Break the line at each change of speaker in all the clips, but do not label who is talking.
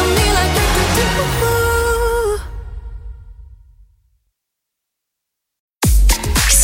on me like do, do, do, do.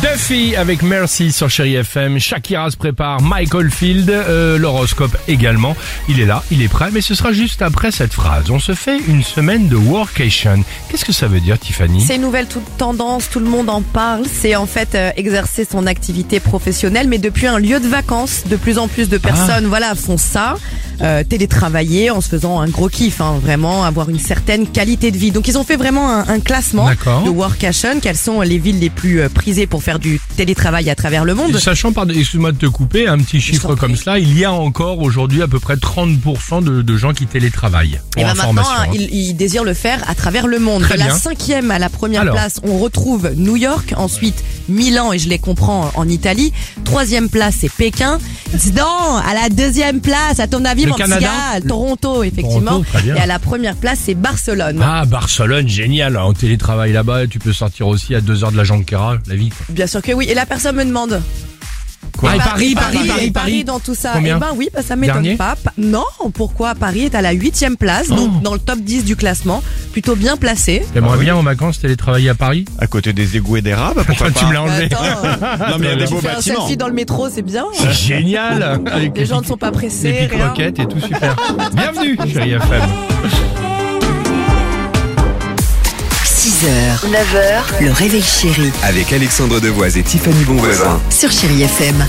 Deux filles avec Mercy sur Chéri FM. Shakira se prépare. Michael Field, euh, l'horoscope également. Il est là, il est prêt, mais ce sera juste après cette phrase. On se fait une semaine de workation. Qu'est-ce que ça veut dire, Tiffany
C'est une nouvelle toute tendance, tout le monde en parle. C'est en fait euh, exercer son activité professionnelle, mais depuis un lieu de vacances. De plus en plus de personnes, voilà, font ça. Euh, télétravailler en se faisant un gros kiff, hein, vraiment avoir une certaine qualité de vie. Donc ils ont fait vraiment un, un classement
D'accord.
de Workation, quelles sont les villes les plus euh, prisées pour faire du télétravail à travers le monde.
Sachant, pardon, excuse-moi de te couper, un petit chiffre
t'en
comme
prie.
cela, il y a encore aujourd'hui à peu près 30% de, de gens qui télétravaillent.
Et
Pour
ben maintenant,
information, hein.
hein, il, il désire le faire à travers le monde.
Très
de
bien.
la cinquième à la première
Alors.
place, on retrouve New York, ensuite Milan, et je les comprends, en Italie. Troisième place, c'est Pékin. Dis donc, à la deuxième place, à ton avis,
Le
mon petit
Canada
gars, Toronto, effectivement.
Toronto, très bien.
et à la première place, c'est Barcelone.
Ah, Barcelone, génial. hein. En télétravail là-bas, tu peux sortir aussi à 2h de la Jonquera, la vie. quoi.
Bien sûr que oui. Et la personne me demande. Ah,
Quoi
Par-
Paris, Paris, Paris, Paris,
dans tout ça.
Combien
eh ben oui, bah, ça
Dernier
m'étonne pas. Pa- Non, pourquoi Paris est à la huitième place,
Oh.
donc dans le top 10 du classement, plutôt bien placé.
T'aimerais bien en vacances télétravailler à Paris
À côté des égouts et des rats, bah, pourquoi
Ah, Tu me
pas
l'as enlevé.
Attends.
Non mais il y a des
Tu
beaux
Faire un
bâtiments.
selfie dans le métro, c'est bien.
Génial Avec
Les gens ne sont pas pressés.
les piques
rien.
roquettes et tout super. Bienvenue chérie FM.
6h, 9h, le réveil chéri
Avec Alexandre Devoise et Tiffany Bonvoisin.
sur Chérie FM.